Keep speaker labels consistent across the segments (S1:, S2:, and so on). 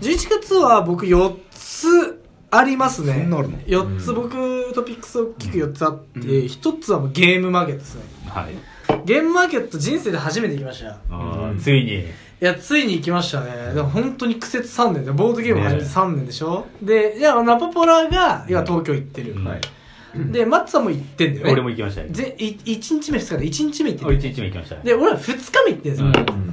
S1: 11月は僕4つあります
S2: そ
S1: ね
S2: んなあるの
S1: 4つ
S3: うん
S1: 僕トピックスを聞く4つあって、
S2: うん
S1: 1つはもうゲームマーケットですね
S3: はい
S1: ゲームマーケット人生で初めて行きましたよ
S3: あ
S2: う
S3: ー
S2: ん
S3: ついに
S1: いやついに行きましたねでも本当に苦節3年でボードゲームを始めて3年でしょ、でいやナポポラが今東京行ってる、
S3: うん
S2: はい
S1: でマッツさんも行ってんだよね
S3: 俺も行きましたよ
S1: ぜい1日目2日目1日目行って
S3: 俺
S1: る
S3: 1日目行きましたね
S1: で俺は2日目行ってんですよ、
S3: うん
S4: うん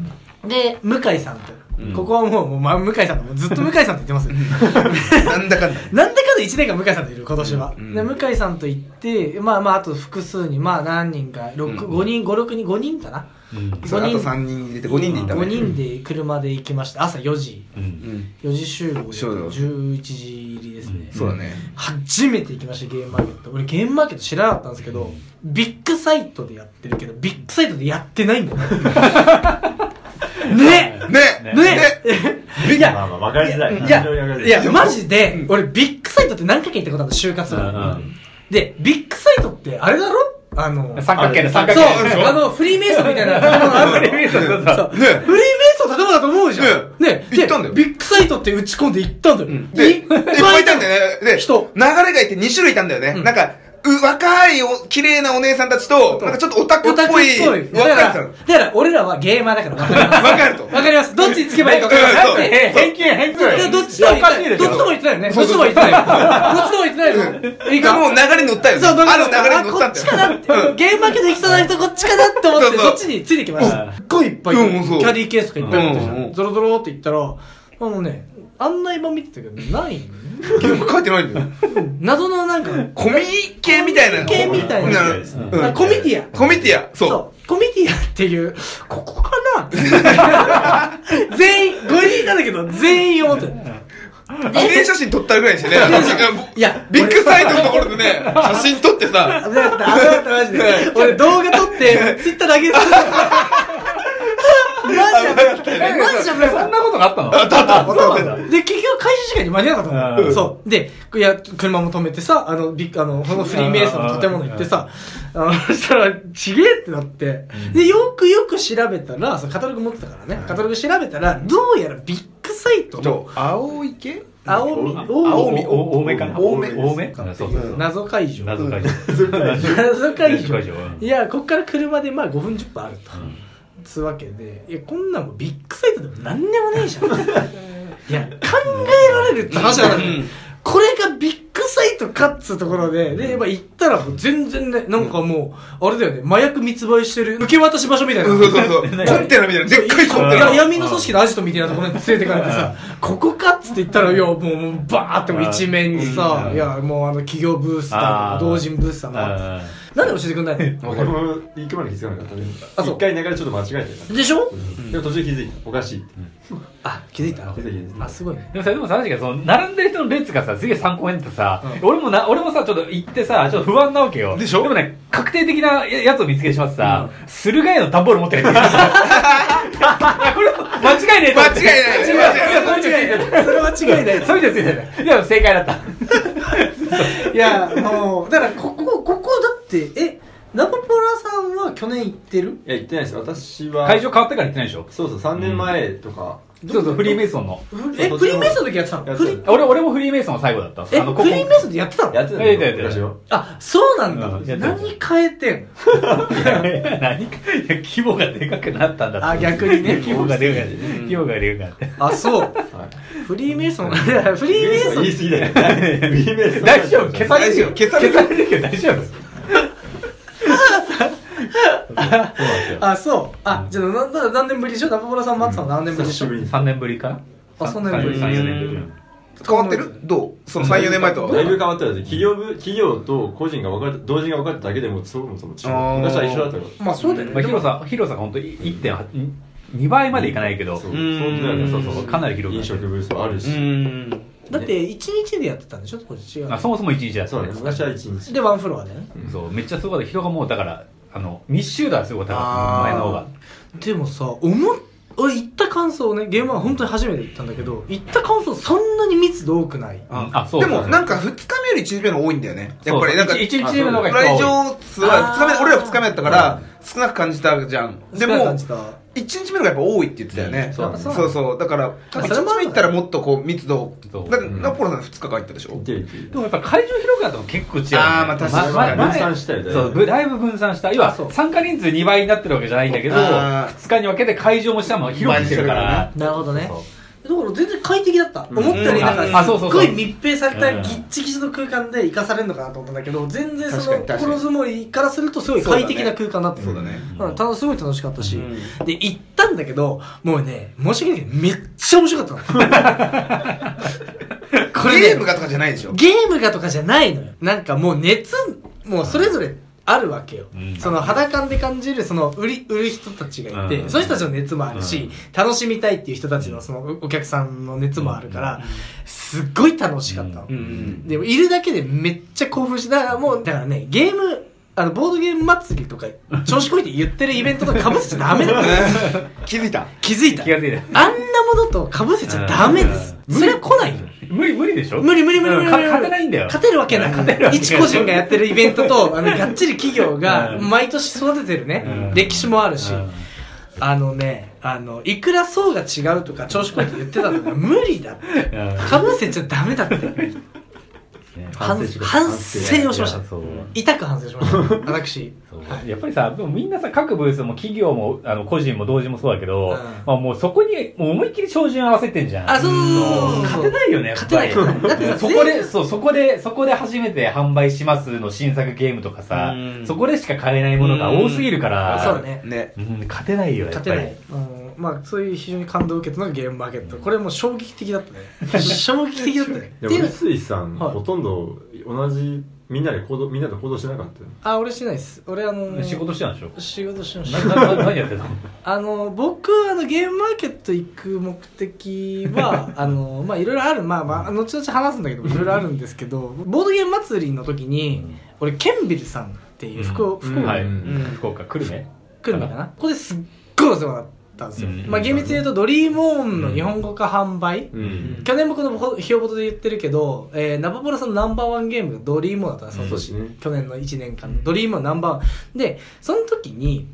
S1: で向井さんと、
S3: うん
S1: ここはもうもう、ま、向井さんともうずっと向井さんと言ってますよ
S2: なんだかんだ
S1: なんだかんだ1年間向井さんといる今年は、
S2: うん
S1: で向井さんと行ってまあまああと複数にまあ何人か
S2: う
S1: 六
S2: ん
S1: 5人56人5人かな
S3: うん
S2: それあと3人入れて5人でいた
S1: 5人で車で行きました朝4時
S3: うん
S1: 4時集合で
S2: そうだよ
S1: 11時入りですね
S2: そうだね
S1: 初めて行きましたゲームマーケット俺ゲームマーケット知らなかったんですけどビッグサイトでやってるけどビッグサイトでやってないんだ よね
S2: ね
S3: ね
S1: ねいや
S3: まあまあ分かりづらい
S1: い
S3: 非常に分かりづ
S1: や、
S3: ら
S1: いや、
S2: うん
S1: マジで、俺ビッグサイトって何回か行ったことあるの就活と
S3: う
S1: か
S3: んうん
S1: で。で、ビッグサイトって、あれだろあの、そう、
S4: 三角形の三
S1: あ
S4: 角形のそう
S1: の、フリーメイソンみたいな建物あるだろ。
S3: いそうそうそう
S1: そう
S2: ね
S1: フリーメイソンの建物だと思うじゃん。
S2: ね
S1: ねで
S2: 行ったんだよ
S1: ビッグサイトって打ち込んで行ったんだよ。
S2: で、
S1: い
S2: い
S1: っ
S2: っ
S1: ぱ
S2: ぱ
S1: い
S2: いいた
S1: よ。
S2: んだよね。で、
S1: 人
S2: 流れがいて2種類いたんだよね。
S1: うん
S2: なんか、う若いお、綺麗なお姉さんたちと、なんかちょっとオタクっ
S1: オタクっ
S2: ぽい、
S1: ぽ
S2: 若
S1: い。
S2: い
S1: だから、だ
S2: さん。
S1: から俺らはゲーマーだから分かります。
S2: わかると。
S1: わかります。どっちにつけばいいか分かります。
S2: そう
S4: ええ偏見偏
S1: だから
S4: 見
S1: どっちとも
S4: いやお
S1: 言っ
S4: かしてい
S1: な
S4: です
S1: い。ど
S4: よ
S1: っちとも言ってないよね。どっちとも言ってないよ。どっちとも言ってないよ。いいか
S2: もう流れに乗ったよ。
S1: そう、だ
S2: あ
S1: か
S2: の流れに乗
S1: こ
S2: った
S1: っ
S2: んだ
S1: ち
S2: よ。
S1: かなって、ゲームマーケット行きそうな人こっちかなって思って、
S2: そう
S1: そ
S2: そう
S1: っちについてきました。すっごいいっぱいい
S2: うんそう
S1: てキャディーケースとかいっぱい持って
S2: うん
S1: る
S2: うん
S1: ゾロゾロって行ったら、あのね、案内板見てたけど、ないの
S2: うん書いてないんだよ。
S1: 謎のなんか、
S2: コミケみたいなの。
S1: コミケみたいな
S2: うん
S3: うん
S1: あコミティア。
S2: コミティア。そう。
S1: そう。コミティアっていう、ここかな 全員、5人いたんだけど、全員思ってる。
S2: 記念写真撮ったぐらいにしてね。
S1: いや、
S2: ビッグサイトのところでね、写真撮ってさ、
S1: 危なかった、危なかった、マジで。俺動画撮って、ツイッターだけです。 マジ危ない。マジ危ない。
S4: そんなことがあったの
S2: あ、撮った、撮った、撮った。
S1: で、結局開始時間に間に合わなかった
S3: う
S1: の。
S3: ん
S1: そう。で、いや、車も止めてさ、あの、ビッグあの、このフリーメイソンの建物行ってさ、あの、そしたら、ちげえってなって、で、よくよく調べたら、そのカタログ持ってたからね、カタログ調べたら、どうやらビッグサイト
S2: ち
S1: の、
S2: ょ青池
S1: 青み、
S3: 青
S1: 青
S3: み
S1: み、
S3: 多めかな
S2: 多め
S3: 多めそうそうそう
S1: 謎解除。
S3: 謎解
S1: 謎解
S3: 謎解
S1: 除
S3: 除うん
S1: いやこっから車でまあ5分10分あると、つうわけでいやこんなんもうビッグサイトでも何でもねえじゃんいや考えられるって話だからね
S2: うん
S1: これがビッグサイトかっつうところで、で、やっぱ行ったらもう全然ね、なんかもう、あれだよね、麻薬密売してる、受け渡し場所みたいな。
S2: そうそうそう。コンテナみたいな、でっかいコンテナ
S1: や。闇の組織のアジトみたいなところに連れてかれてさ、ここかっつって言ったら、いや、もう、もうバーってもう一面にさ
S3: う、ん
S1: いや、もうあの、企業ブースター
S3: あー
S1: 同人ブースターもあって
S3: あ
S1: なんで教えてくんないの
S5: 俺も行くまで気づかなかったね
S1: あそう
S5: 一回流れちょっと間違えて
S1: でしょ
S5: たでも途中で気づいたおかしいって
S1: あ、気づいた
S5: 気づいた気づいた
S1: あ、すごいね。
S3: ーでもさ、でもさ、確かにその、並んでる人の列がさ、すげえ参考になってさ、
S1: う
S3: 俺もな、俺もさ、ちょっと行ってさ、ちょっと不安なわけよ。
S2: でしょ
S3: でもね、確定的なややつを見つけてしまってさ、駿河屋の段ボール持ってる やつ。いやこれ、間違いねえと思っ
S2: 間
S3: て
S2: 違いない
S3: 違う
S2: 間
S3: 違う違う
S1: それは違いない
S3: そういうのついてない。でも正解だった。
S1: いや、もう、だから、ここ、ここだって、え、ナポポラさんは去年行ってる
S5: いや行ってないです私は
S3: 会場変わってから行ってないでしょ
S5: そうそう3年前とか
S3: そうそう、フリーメイソンの。
S1: え、フリーメイソンの時やってた
S5: や
S1: の
S5: って
S1: フ
S5: た
S1: リ
S5: ん
S1: ー
S5: だ
S3: 俺、俺もフリーメイソンは最後だった。
S1: え、
S3: あのこ
S1: フ
S3: こ
S1: リーメイソンでやってた
S5: や
S1: の
S5: ってた
S3: やってたやってた
S5: 昔は
S1: あ、そうなんだ
S3: うんや。ってた
S1: 何変えてんの
S3: 何か、いや、規模がでかくなったんだって
S1: あ逆にね
S3: 規模がでかくなった。規模がでかくなっ
S1: あ、そう。
S5: はい
S1: フリーメイソン、いやフリーメイソン
S5: 言い過 ぎだよフリーメイソ
S3: た。
S5: ン
S3: 大丈夫、消されるよ。
S2: 大丈夫消される
S3: 消されるけど大丈夫。
S1: あ、そう。あ、じゃあ、なな何年ぶりでしょナポポラさん待ってたの何年ぶりで
S5: 久
S1: し
S5: し
S1: ょ
S5: ぶりに
S3: 3年ぶりかな
S1: あそんなに
S3: 3 4年ぶ
S2: う
S3: り
S2: ん変わってるどうその3、4年前と
S5: だいぶ
S2: は。
S5: 変わったよね企業部企業と個人が分かれた同時に分かれただけでもそもそも違う
S2: あー
S5: 昔は一緒だったから
S1: まあ、そうだよ
S3: まあ、
S1: ね。
S3: 広さ、広さが本当に1.8、2倍までいかないけど、
S5: そ
S3: そうう
S5: そうだよね
S3: そうそう、かなり広く
S5: 飲
S3: な
S5: 食
S3: る。
S5: ブースもあるし、
S2: ん。
S1: だって、一日でやってたんでしょ当時違う
S3: あ。そもそも1日だった
S5: そうだね昔は一日
S1: で、ワンフロアでね。
S3: そう、めっちゃすごい。人がもう、だから、あの、密集度はすごい高かった。
S2: あー
S3: 前の方が。
S1: でもさ思っ俺行った感想ねゲームは本当に初めて行ったんだけど行った感想そんなに密度多くない
S3: あそう
S2: で
S3: そう
S2: も、なんか2日目より1日目の方が多いんだよね。やっぱり
S3: そ
S2: な
S3: うん
S2: か、
S3: そう一一日目の方が
S2: 来
S3: 人が多い
S2: 場数は2日
S1: あ
S2: 目、
S1: ー
S2: 俺ら2日目だったから、少なく感じたじゃん。でも、
S1: 感じ
S2: 1
S1: た
S2: 日目の方がやっぱ多いって言ってたよね。
S5: そうなんだ
S2: そうそう。だから、多分1日目行ったらもっとこう密度
S5: そ、う
S2: だって
S5: うん
S2: ナポロさん2日間行ったでしょ
S5: 行ってる行ってる
S3: でもやっぱ会場広くなっても結構違うよね、
S2: あーまあ確かに
S3: まま
S5: 分散したよね
S3: そうぶだいぶ分散した今
S1: そう
S3: 参加人数2倍になってるわけじゃないんだけど
S2: あー
S3: 2日に分けて会場も下も広くしてるから
S1: なるほどね
S5: そう
S1: だから全然快適だった、
S5: うん
S1: 思ったよりなんか
S3: あ
S1: す
S3: そう
S1: っ
S3: そう
S1: ご
S3: そう
S1: い密閉された
S3: うん
S1: ギッチギチの空間で生かされるのかなと思ったんだけど全然そ
S2: 確か
S1: の
S2: に確かに
S1: 心づもりからするとすごい快適な空間になって
S2: そうだね
S1: うんたすごい楽しかったし、
S2: うん
S1: で行ったんだけどもうね申し訳ないけどめっちゃ面白かったのこれね
S2: ゲームがとかじゃないでしょ
S1: ゲームがとかじゃないのよなんかもう熱もうそれぞれあるわけよ、
S3: うん
S1: その肌感で感じるその売り売る人たちがいて、
S3: うん
S1: その人たちの熱もあるし、
S3: うん
S1: 楽しみたいっていう人たちのそのおお客さんの熱もあるから、すっごい楽しかったの、
S2: うん。
S1: でもいるだけでめっちゃ興奮しだからもうだからねゲームあのボードゲーム祭りとか調子こいて言ってるイベントとかぶせちゃダメだ
S2: 気づいた
S1: 気づいた
S3: 気が付いた
S1: あんなものとかぶせちゃダメです、
S3: うん
S1: それは来ないよ
S3: 無理無理でしょ
S1: 無理無理無理無理
S3: うんか勝てないんだよ
S1: 勝てるわけない
S3: 勝てるわけない
S1: 一個人がやってるイベントと あのがっちり企業が
S3: うん
S1: 毎年育ててるね、
S3: うん
S1: 歴史もあるし、
S3: うん
S1: あのねあのいくら層が違うとか調子こいて言ってたのが無理だ ってかぶせちゃダメだって
S3: ね
S1: 反省反省をしました
S3: いやそう
S1: 痛く反省しました 私
S3: そうやっぱりさ、でもみんなさ、各ブースも企業も、あの、個人も同時もそうだけど、
S1: うん
S3: まあもうそこに、もう思いっきり照準合わせてんじゃん。
S1: あそう
S3: そう
S1: そうそうそう
S3: 勝てないよね、やっぱり
S1: 勝てないだってさ
S3: そこ
S1: 全
S3: で、
S1: 員
S3: そう、そこで、そこで初めて販売しますの新作ゲームとかさ
S2: う、ん
S3: そこでしか買えないものが多すぎるから、
S1: そうだね
S2: ね。
S3: うん、勝てないよ、やっぱ
S1: 勝
S3: り。
S1: てない、うんまあ、そういう非常に感動を受けたのがゲームマーケットこれもう衝撃的だ ったね衝撃的だったね
S5: で
S1: ってい
S5: も
S1: う
S5: 臼井さん、
S1: はい
S5: ほとんど同じみんなで行動みんなと行動しなかったよ
S1: あ俺してないです俺あの
S3: 仕事してたんでしょ
S1: 仕事しまし
S3: な
S1: た
S3: なな何やってたの
S1: あの僕あのゲームマーケット行く目的はあのまあいろいろあるまあまあ後々話すんだけどいろいろあるんですけどボードゲーム祭りの時に、
S3: うん
S1: 俺ケンビルさんっていう福岡、
S5: うん
S1: 福岡
S3: はい、
S5: うん
S3: 福岡来るね。
S1: 来るのかなここですっごいお世話になったんですよ、
S3: うん
S1: まあ厳密に言うとドリームオンの日本語化販売、
S5: うん
S1: 去年僕のほひよぼとで言ってるけど、えー、ナパポラさんのナンバーワンゲームがドリームオンだったんですその年、
S5: うんそうですね
S1: 去年の1年間のドリームオンナンバーワンでその時に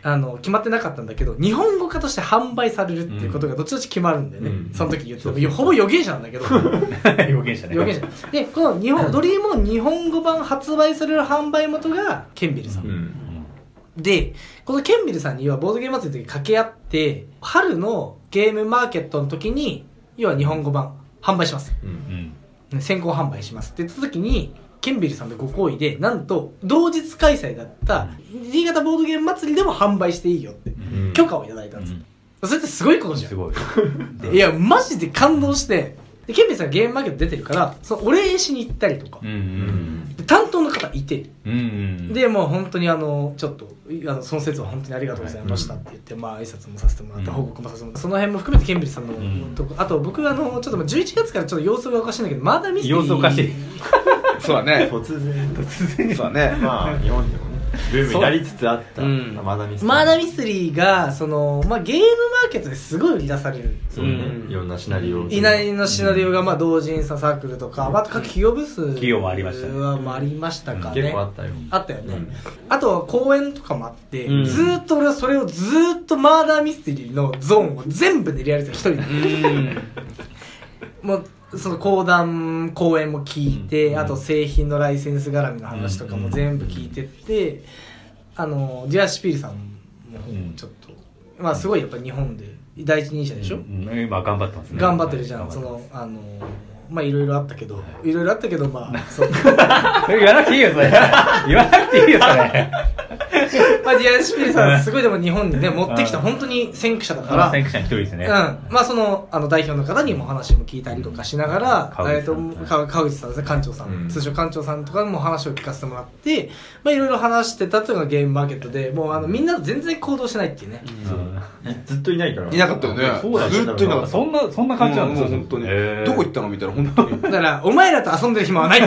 S1: あの決まってなかったんだけど日本語化として販売されるっていうことがどっちどっち決まるんだよね、
S5: うん
S1: その時言ってた、
S5: そうそう
S1: ほぼ予言者なんだ けど
S3: 予言者ね。
S1: 予言者でこの日本ドリームオン日本語版発売される販売元がケンビルさん、
S5: うん
S1: で、このケンビルさんにはボードゲーム祭りの時掛け合って、春のゲームマーケットの時に、要は日本語版販売します。
S5: う
S3: うんん。
S1: 先行販売しますって言った時に、ケンビルさんのご好意で、なんと、同日開催だった、新潟ボードゲーム祭りでも販売していいよって、
S5: うん
S1: 許可をいただいたんです。それってすごいことじゃん
S3: す。ごい。
S1: でいや、マジで感動して、でケンビルさんゲームマーケット出てるから、そのお礼しに行ったりとか
S3: うん、
S5: うん
S1: で担当の方いて、
S3: うん。うん。
S1: でもう本当にあのちょっとあのその説は本当にありがとうございましたって言って、まあ挨拶もさせてもらって
S3: うん
S1: 報告もさせてもらって、その辺も含めてケンビルさんの、
S3: ん
S1: とこあと僕あのちょっともう11月からちょっと様子がおかしいんだけどまだミステリー
S3: 様子おかしい。
S2: そうだね。
S5: 突然
S3: 突然
S2: そうだね。
S5: まあ日本でもねブームになりつつあった
S2: そう
S5: マダミス
S1: まだミステリーがその、まあ、ゲームマーケットですごい売り出される
S5: そうね
S2: うん
S5: いろんなシナリオ
S1: いないのシナリオがまあ同人ササークルとか、まあ、あと各企業ブース
S3: 企業もありましたね
S1: はまあありましたかね
S5: 結構あったよ
S1: あったよね、
S5: うん
S1: あとは公演とかもあって、
S2: うん
S1: ずーっと俺はそれをずーっとマーダーミステリーのゾーンを全部練り歩いてた一人でもうその講談講演も聞いて、
S3: うん
S1: あと製品のライセンス絡みの話とかも全部聞いてって、あのディア・シュピールさんもちょっと、まあすごいやっぱ日本で第一人者でしょ、
S3: うん今頑張ってますね。
S1: 頑張ってるじゃん
S3: 頑張
S1: そ
S3: ってま
S1: のあのまあいろいろあったけど、いろいろあったけどまあそう
S3: すそれ言わなくていいよ、それ。言わなくていいよ、それ。
S1: まあ、ディアンシュピリさん、すごいでも日本にね、持ってきた、
S3: うん
S1: 本当に先駆者だか
S3: まあ
S1: ら、
S3: 先駆者一人です
S1: う
S3: ね。
S1: ん。まあ、その、あの、代表の方にもお話も聞いたりとかしながら、
S3: 川
S1: えっ
S3: 口さ
S1: と
S3: ん、
S1: か川口さんですね、館長さん,、
S5: うん
S1: 通称館長さんとかも話を聞かせてもらって、まあ、いろいろ話してたというのがゲームマーケットで、もう、あの、みんなと全然行動してないっていうね。
S3: うん
S5: ずっといないから
S2: いなかったよね
S5: そうだ
S2: ずっといなかった
S5: そ
S3: そんな、そんな感じなん
S2: も
S3: で
S2: う
S3: す
S2: も
S3: よ
S2: う本当に
S3: へー。
S2: どこ行ったのみたいな、本当に。
S1: だから、お前らと遊んでる暇はない。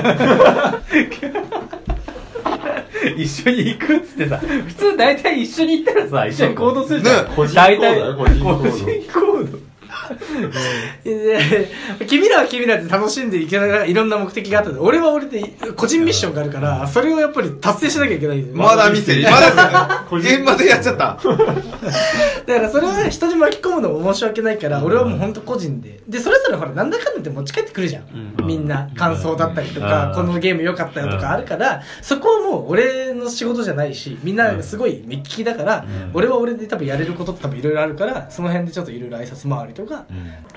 S3: 一緒に行くっつってさ、普通大体一緒に行ったらさ、一緒に行動するじゃん。
S2: ね
S3: 大体
S5: 個人行動だよ個人行動
S3: 個人行動。
S1: で君らは君らで楽しんでいけないいろんな目的があったの俺は俺で個人ミッションがあるからそれをやっぱり達成しなきゃいけないんだよね
S2: まだミステリー。まだミステリー現場でやっちゃった。
S1: だからそれは人に巻き込むのも申し訳ないから俺はもう本当個人ででそれぞれほらなんだかんだって持ち帰ってくるじゃん、みんな感想だったりとか、
S3: うん
S1: このゲーム良かったよとかあるから、そこはもう俺の仕事じゃないしみんなすごい目利きだから、俺は俺で多分やれることって多分いろいろあるからその辺でちょっといろいろ挨拶回りとか、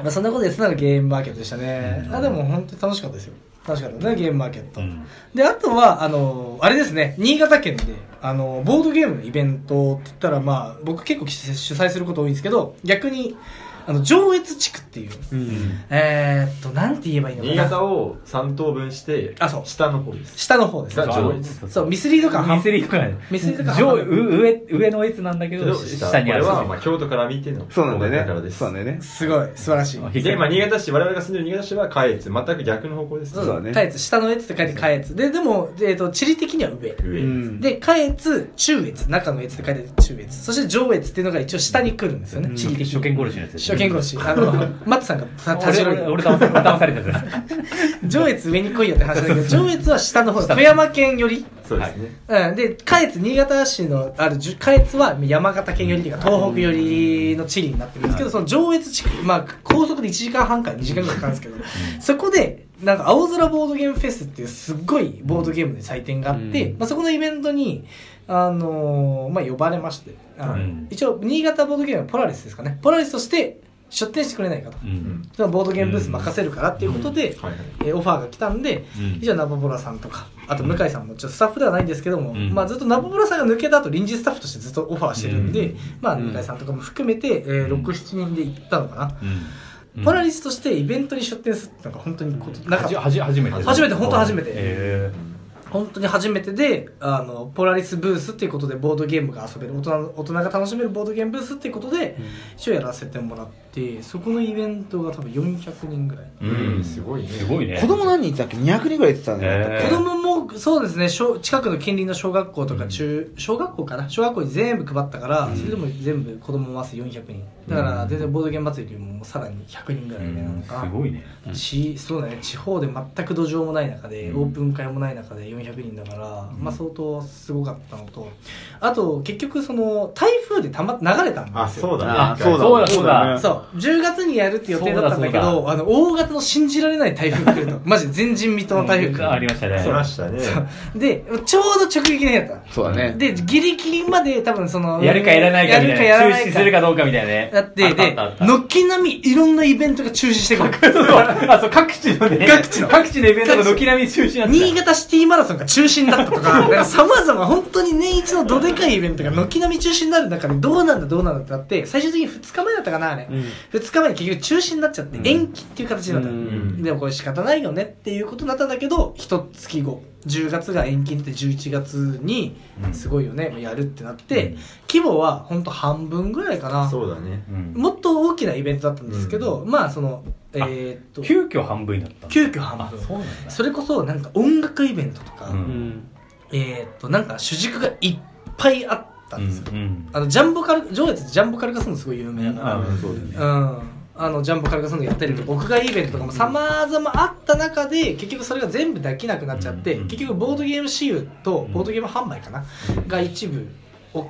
S1: まあ、そんなことやってたのがゲームマーケットでしたね、あでも本当に楽しかったですよ楽しかったねゲームマーケット、
S3: うん
S1: であとはあのあれですね新潟県であのボードゲームのイベントって言ったらまあ僕結構主催すること多いんですけど逆にあの上越地区っていう、えー、っとなんて言えばいいのか
S5: 新
S1: な
S5: 潟を3等分して
S1: あそう
S5: 下の方です
S1: 下の方です
S5: が
S1: ね
S5: 上越
S1: そうミスリード感半
S3: ミスリーとかね
S1: ミスリーとか
S3: 上上上の越なんだけ
S5: け
S3: ど
S5: ど
S3: 下にある
S5: これはまあ京都から見ての
S2: そうなんだ
S5: 方角から
S2: よ
S5: で
S2: ね。
S5: す
S2: そうなんだよね。
S1: すごい素晴らしい
S3: ひっくり
S5: で、まあ、新潟市我々が住んでる新潟市は下越全く逆の方向です
S1: そ
S5: ね
S1: う
S2: そうだね
S1: 下越下の越って書いて下越ででも、えー、っと地理的には上
S5: 上、
S2: うん
S1: で下越中越中の越って書いてある中越そして上越っていうのが一応下に来るんですよね、地理的
S3: 初見殺しのやつ
S1: 初見殺しあ のマッツさんがたたじ
S3: 俺
S1: ろい
S3: 俺俺騙され俺騙されたやつ だ
S1: 上越上に来いよって話だけど上越は下の方富山県寄り
S5: そうですね、
S1: うん、で下越新潟市のあるじゅ下越は山形県寄りというか東北寄りの地理になってるんですけど、その上越地区、まあ、高速で1時間半から2時間ぐらいかかるんですけど、そこでなんか青空ボードゲームフェスっていうすっごいボードゲームの祭典があって、
S3: うん
S1: まあ、そこのイベントに、あのーまあ、呼ばれましてあの、
S3: うん
S1: 一応新潟ボードゲームはポラリスですかねポラリスとして出展してくれないかと、
S3: うん
S1: そのボードゲームブース任せるからっていうことで、
S5: はいはい
S1: えーオファーが来たんで、
S3: うん
S1: 以上ナボボラさんとかあと向井さんもちょっとスタッフではないんですけども、
S3: うん
S1: まあ、ずっとナボボラさんが抜けた後臨時スタッフとしてずっとオファーしてるんで、
S3: うん
S1: まあ、
S2: うん
S1: 向井さんとかも含めて、えー
S3: うん
S1: 67人で行ったのかな、
S3: うん
S1: ポラリスとしてイベントに出店するってのが本当にことなかっ
S3: はじ
S1: た
S3: はじ初めて
S1: 初めて本当初めて
S3: え
S1: 本当に初めてであのポラリスブースっていうことでボードゲームが遊べる大人の大人が楽しめるボードゲームブースっていうことで一応やらせてもらってそこのイベントが多分400人ぐらい。
S5: うん、
S3: うん
S5: すごいね
S3: えすごいね
S2: 子供何人いたっけ ?200 人ぐらいいてたんだよ
S3: え
S2: ね。
S3: ー
S1: 子供もそうですね小近くの近隣の小学校とか中、小学校かな小学校に全部配ったから、それでも全部子供合わせ400人だから全然ボードゲーム祭りよりももうさらに100人ぐらいねなのかな、
S3: すごいね
S1: ちそうだね地方で全く土壌もない中で、オープン会もない中で400人だから、まあ相当すごかったのとあと結局その台風でたま流れたんですよ
S5: あそうだね
S2: あ、
S5: 一回
S3: そうだそうだ
S2: ね
S1: そう10月にやるって予定だったんだけ
S3: そうだそ
S1: どあの大型の信じられない台風が来るとマジで前人未到の台風
S3: うん
S1: 来る
S3: ありましたね
S5: そらしたね
S1: で、ちょうど直撃の日だっ
S2: そうだ
S1: た。
S2: ね。
S1: で、ギリギリまで多分その、
S3: やるかやらないか
S1: や
S3: み
S1: る
S3: た
S1: か
S3: い
S1: やら
S3: な
S1: な
S3: 中
S1: い
S3: 止するかどうかみたいなね
S1: だって、
S3: あ
S1: で
S3: たあっ、た
S1: のっきなみいろんなイベントが中止してくる。
S3: そうあ、そう、各地のね、
S1: 各地の
S3: 各地のイベントが軒並み中止になってた。
S1: 新潟シティマラソンが中止になったと か、なんか様々本当に年一のどでかいイベントが軒並み中止になる中で、どうなんだどうなんだってなって、最終的に2日前だったかな、あれ。2日前に結局中止になっちゃって、延期っていう形になった。
S5: うん
S1: でもこれ仕方ないよねっていうことになったんだけど一月後10月が延期になって11月にすごいよね、やるってなって、規模は本当半分ぐらいかな
S5: そうだね
S3: うん
S1: もっと大きなイベントだったんですけど、まあそのえーっと急
S3: 急遽半分になった。
S1: 遽半
S3: あ、
S1: 分
S3: そうなんだ。
S1: それこそなんか音楽イベントとか、
S3: うん
S2: うん
S1: えーっとなんか主軸がいっぱいあったんですよ、
S3: うん
S1: あのジャンボカル上越ってジャンボカルカスのすごい有名だから、
S3: あそうだよね。
S1: うん、あのジャンボカルカソンドやったりとか屋外イベントとかもさまざまあった中で結局それが全部できなくなっちゃって、
S3: うん
S1: 結局ボードゲーム私有とボードゲーム販売かな、が一部お、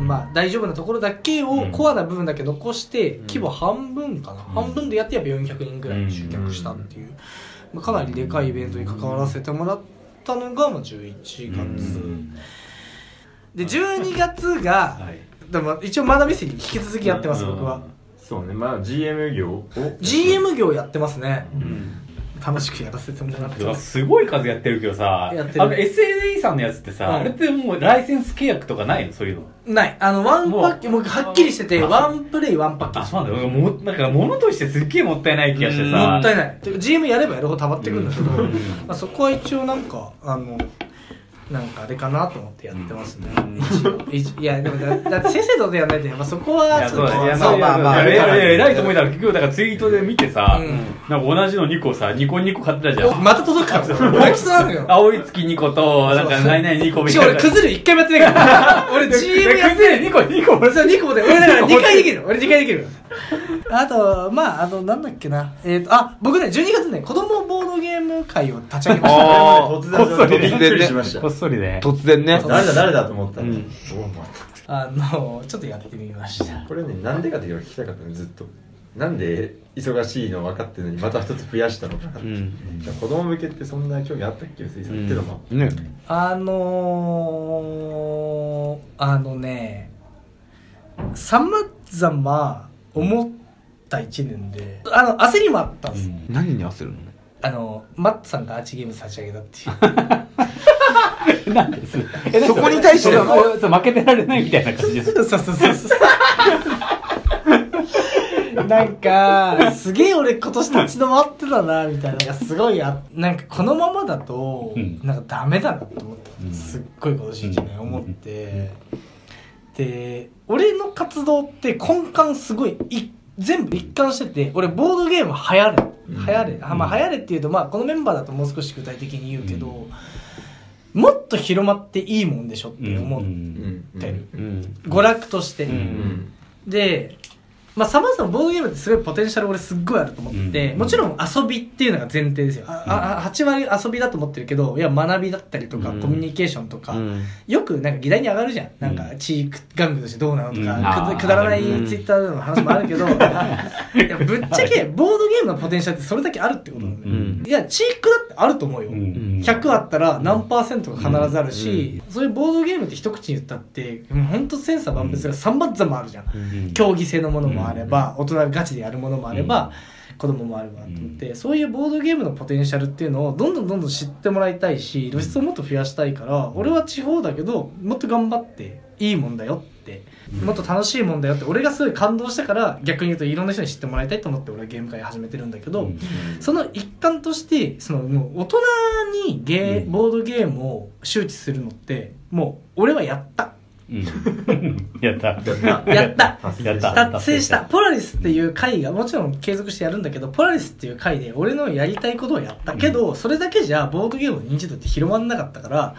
S1: まあ、大丈夫なところだけを、
S3: うん
S1: コアな部分だけ残して規模半分かな、半分でやってやっぱ400人ぐらい集客したっていう、まあ、かなりでかいイベントに関わらせてもらったのがまあ11月、
S3: うん
S1: で12月が、
S3: はい。
S1: でも一応マダミスに引き続きやってます、
S5: うん
S1: 僕は。
S5: そうねまあ GM 業を
S1: GM 業やってますね、
S2: うん
S1: 楽しくやらせてもらって
S3: うわ
S1: ます
S3: すごい数やってるけどさ、あ
S1: や
S3: の
S1: ってる
S3: SNE さんのやつって
S1: うん
S3: さ、あれってもうライセンス契約とかないのそういうの。
S1: ないあのワンパッケもうはっきりしてて
S3: あ
S1: ワンプレイワンパッケー
S3: あ、
S1: ジ
S3: そうなんだ。もうなんか物としてすっげえもったいない気がしてさ。
S1: もったい
S3: い。
S1: ないてか GM やればやるほど溜まってくるんだけど、まあ、そこは一応なんかあのなんかあれかなと思ってやってますね、
S3: うん
S1: 一応一応いやでもだだって先生とでやらないとやっぱそこ
S3: い
S1: は
S3: や
S1: ち
S3: そ
S1: ょ
S3: う
S1: っ
S3: だ
S1: と
S3: ねいや
S2: まあまあまあ
S3: いやいやいや偉いと思いながら結局だからツイートで見てさ、
S1: うん
S3: なんか同じの2個さ2個2個買ってたじゃ
S1: お
S3: ん
S1: また届くから泣きそうなのよ
S3: 青い月2個となんか何々2個み
S1: しかも
S3: た
S1: 俺
S3: いな
S1: 崩れ一回もやってないから 俺 GM やって
S3: 崩れ2個2個
S1: 俺さ2個もで俺だから2回できる俺2回できるあとまああのなんだっけなえっ、とあ僕ね12月ね子供ボードゲーム会を立ち上げました
S2: あー
S5: 突然だとびっくりしました
S3: こっそりね
S2: 突然ね
S5: 誰だ誰だと思ったら
S2: うん
S5: おお前
S1: あのちょっとやってみました
S5: これねなんでかっていうのが聞きたかったのずっとなんで忙しいの分かってるのにまた一つ増やしたのかなって、
S2: うん
S5: 子供向けってそんな興味あったっけ薄井さん、
S2: うん
S5: けどまあ
S2: ね
S1: あのー、あのねさまざま思った1年であの焦りもあったんです、
S2: 何に焦るの
S1: あのマッツさんがアーチゲームズ立ち上げた っていう
S3: なんですえ
S2: そこに対して
S3: それそれそう負けてられないみたいな感じです
S1: そうそうそうそう。 なんか、すげえ俺今年立ち止まってたな、みたいなのがすごいあなんかこのままだと、
S3: うん
S1: なんかダメだなと思った。
S3: うん
S1: すっごい今年一年思って。で、俺の活動って根幹すごいい、全部一貫してて、俺ボードゲーム流行れ。流行れ。あまあ流行れっていうと、まあこのメンバーだともう少し具体的に言うけど、もっと広まっていいもんでしょって思
S3: う
S1: っ
S5: うんん
S1: てる。
S3: うん
S1: 娯楽として、
S3: うん
S5: うん
S1: でまあさまざまボードゲームってすごいポテンシャル俺すっごいあると思ってて、
S3: うん
S1: もちろん遊びっていうのが前提ですよあ、ああ8割遊びだと思ってるけどいや学びだったりとか、
S2: うん
S1: コミュニケーションとか、
S2: ん
S1: よくなんか議題に上がるじゃん、なん
S3: う
S1: か地域玩具としてどうなのと
S3: うんあ
S1: か、
S3: ー
S1: くくだらない
S2: うん
S1: ツイッターでの話もあるけど、いやぶっちゃけボードゲームのポテンシャルってそれだけあるってことなんだよ、
S2: うん
S1: いや地域だってあると思うよ、
S3: うん
S1: 100あったら何パーセントか必ずあるし、そういうボードゲームって一口に言ったって本当センサー万別が三番ざもあるじゃん、
S3: うん
S1: 競技性のものもあれば、大人がガチでやるものもあれば、子供もあればと思って、そういうボードゲームのポテンシャルっていうのをどんどんどんどん知ってもらいたいし露出をもっと増やしたいから、俺は地方だけどもっと頑張っていいもんだよって、もっと楽しいもんだよって俺がすごい感動したから逆に言うといろんな人に知ってもらいたいと思って俺はゲーム会始めてるんだけど、
S3: うん
S1: その一環としてそのもう大人にゲー、
S3: うん
S1: ボードゲームを周知するのってもう俺はやった
S3: うん やった
S1: やった
S3: やった
S1: 達成したポラリスっていう回がもちろん継続してやるんだけどポラリスっていう回で俺のやりたいことをやったけど、それだけじゃボードゲームの認知度って広まんなかったから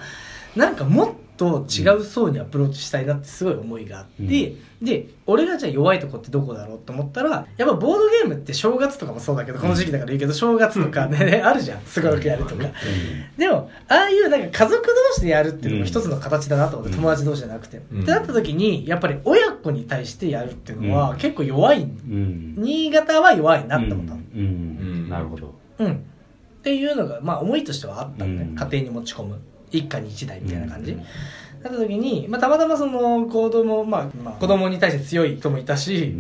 S1: なんかもっと違う層にアプローチしたいなってすごい思いがあって、で俺がじゃあ弱いとこってどこだろうと思ったらやっぱボードゲームって正月とかもそうだけどこの時期だからいいけど正月とかねあるじゃんすごろくやるとかでもああいうなんか家族同士でやるっていうのも一つの形だなと思って、
S3: うん
S1: 友達同士じゃなくて、
S5: うん
S1: ってなった時にやっぱり親子に対してやるっていうの
S3: う
S1: は
S3: ん
S1: 結構弱い、
S3: うん
S1: 新潟は弱いなって思った
S3: う
S1: の
S3: んうんなるほど
S1: うん、っていうのがまあ思いとしてはあったんだよ、
S3: うん
S1: 家庭に持ち込む一家に一台みたいな感じ、
S3: うん
S1: なった時に、まあ、たまたまその行動も、まあまあ、子供に対して強い人もいたし、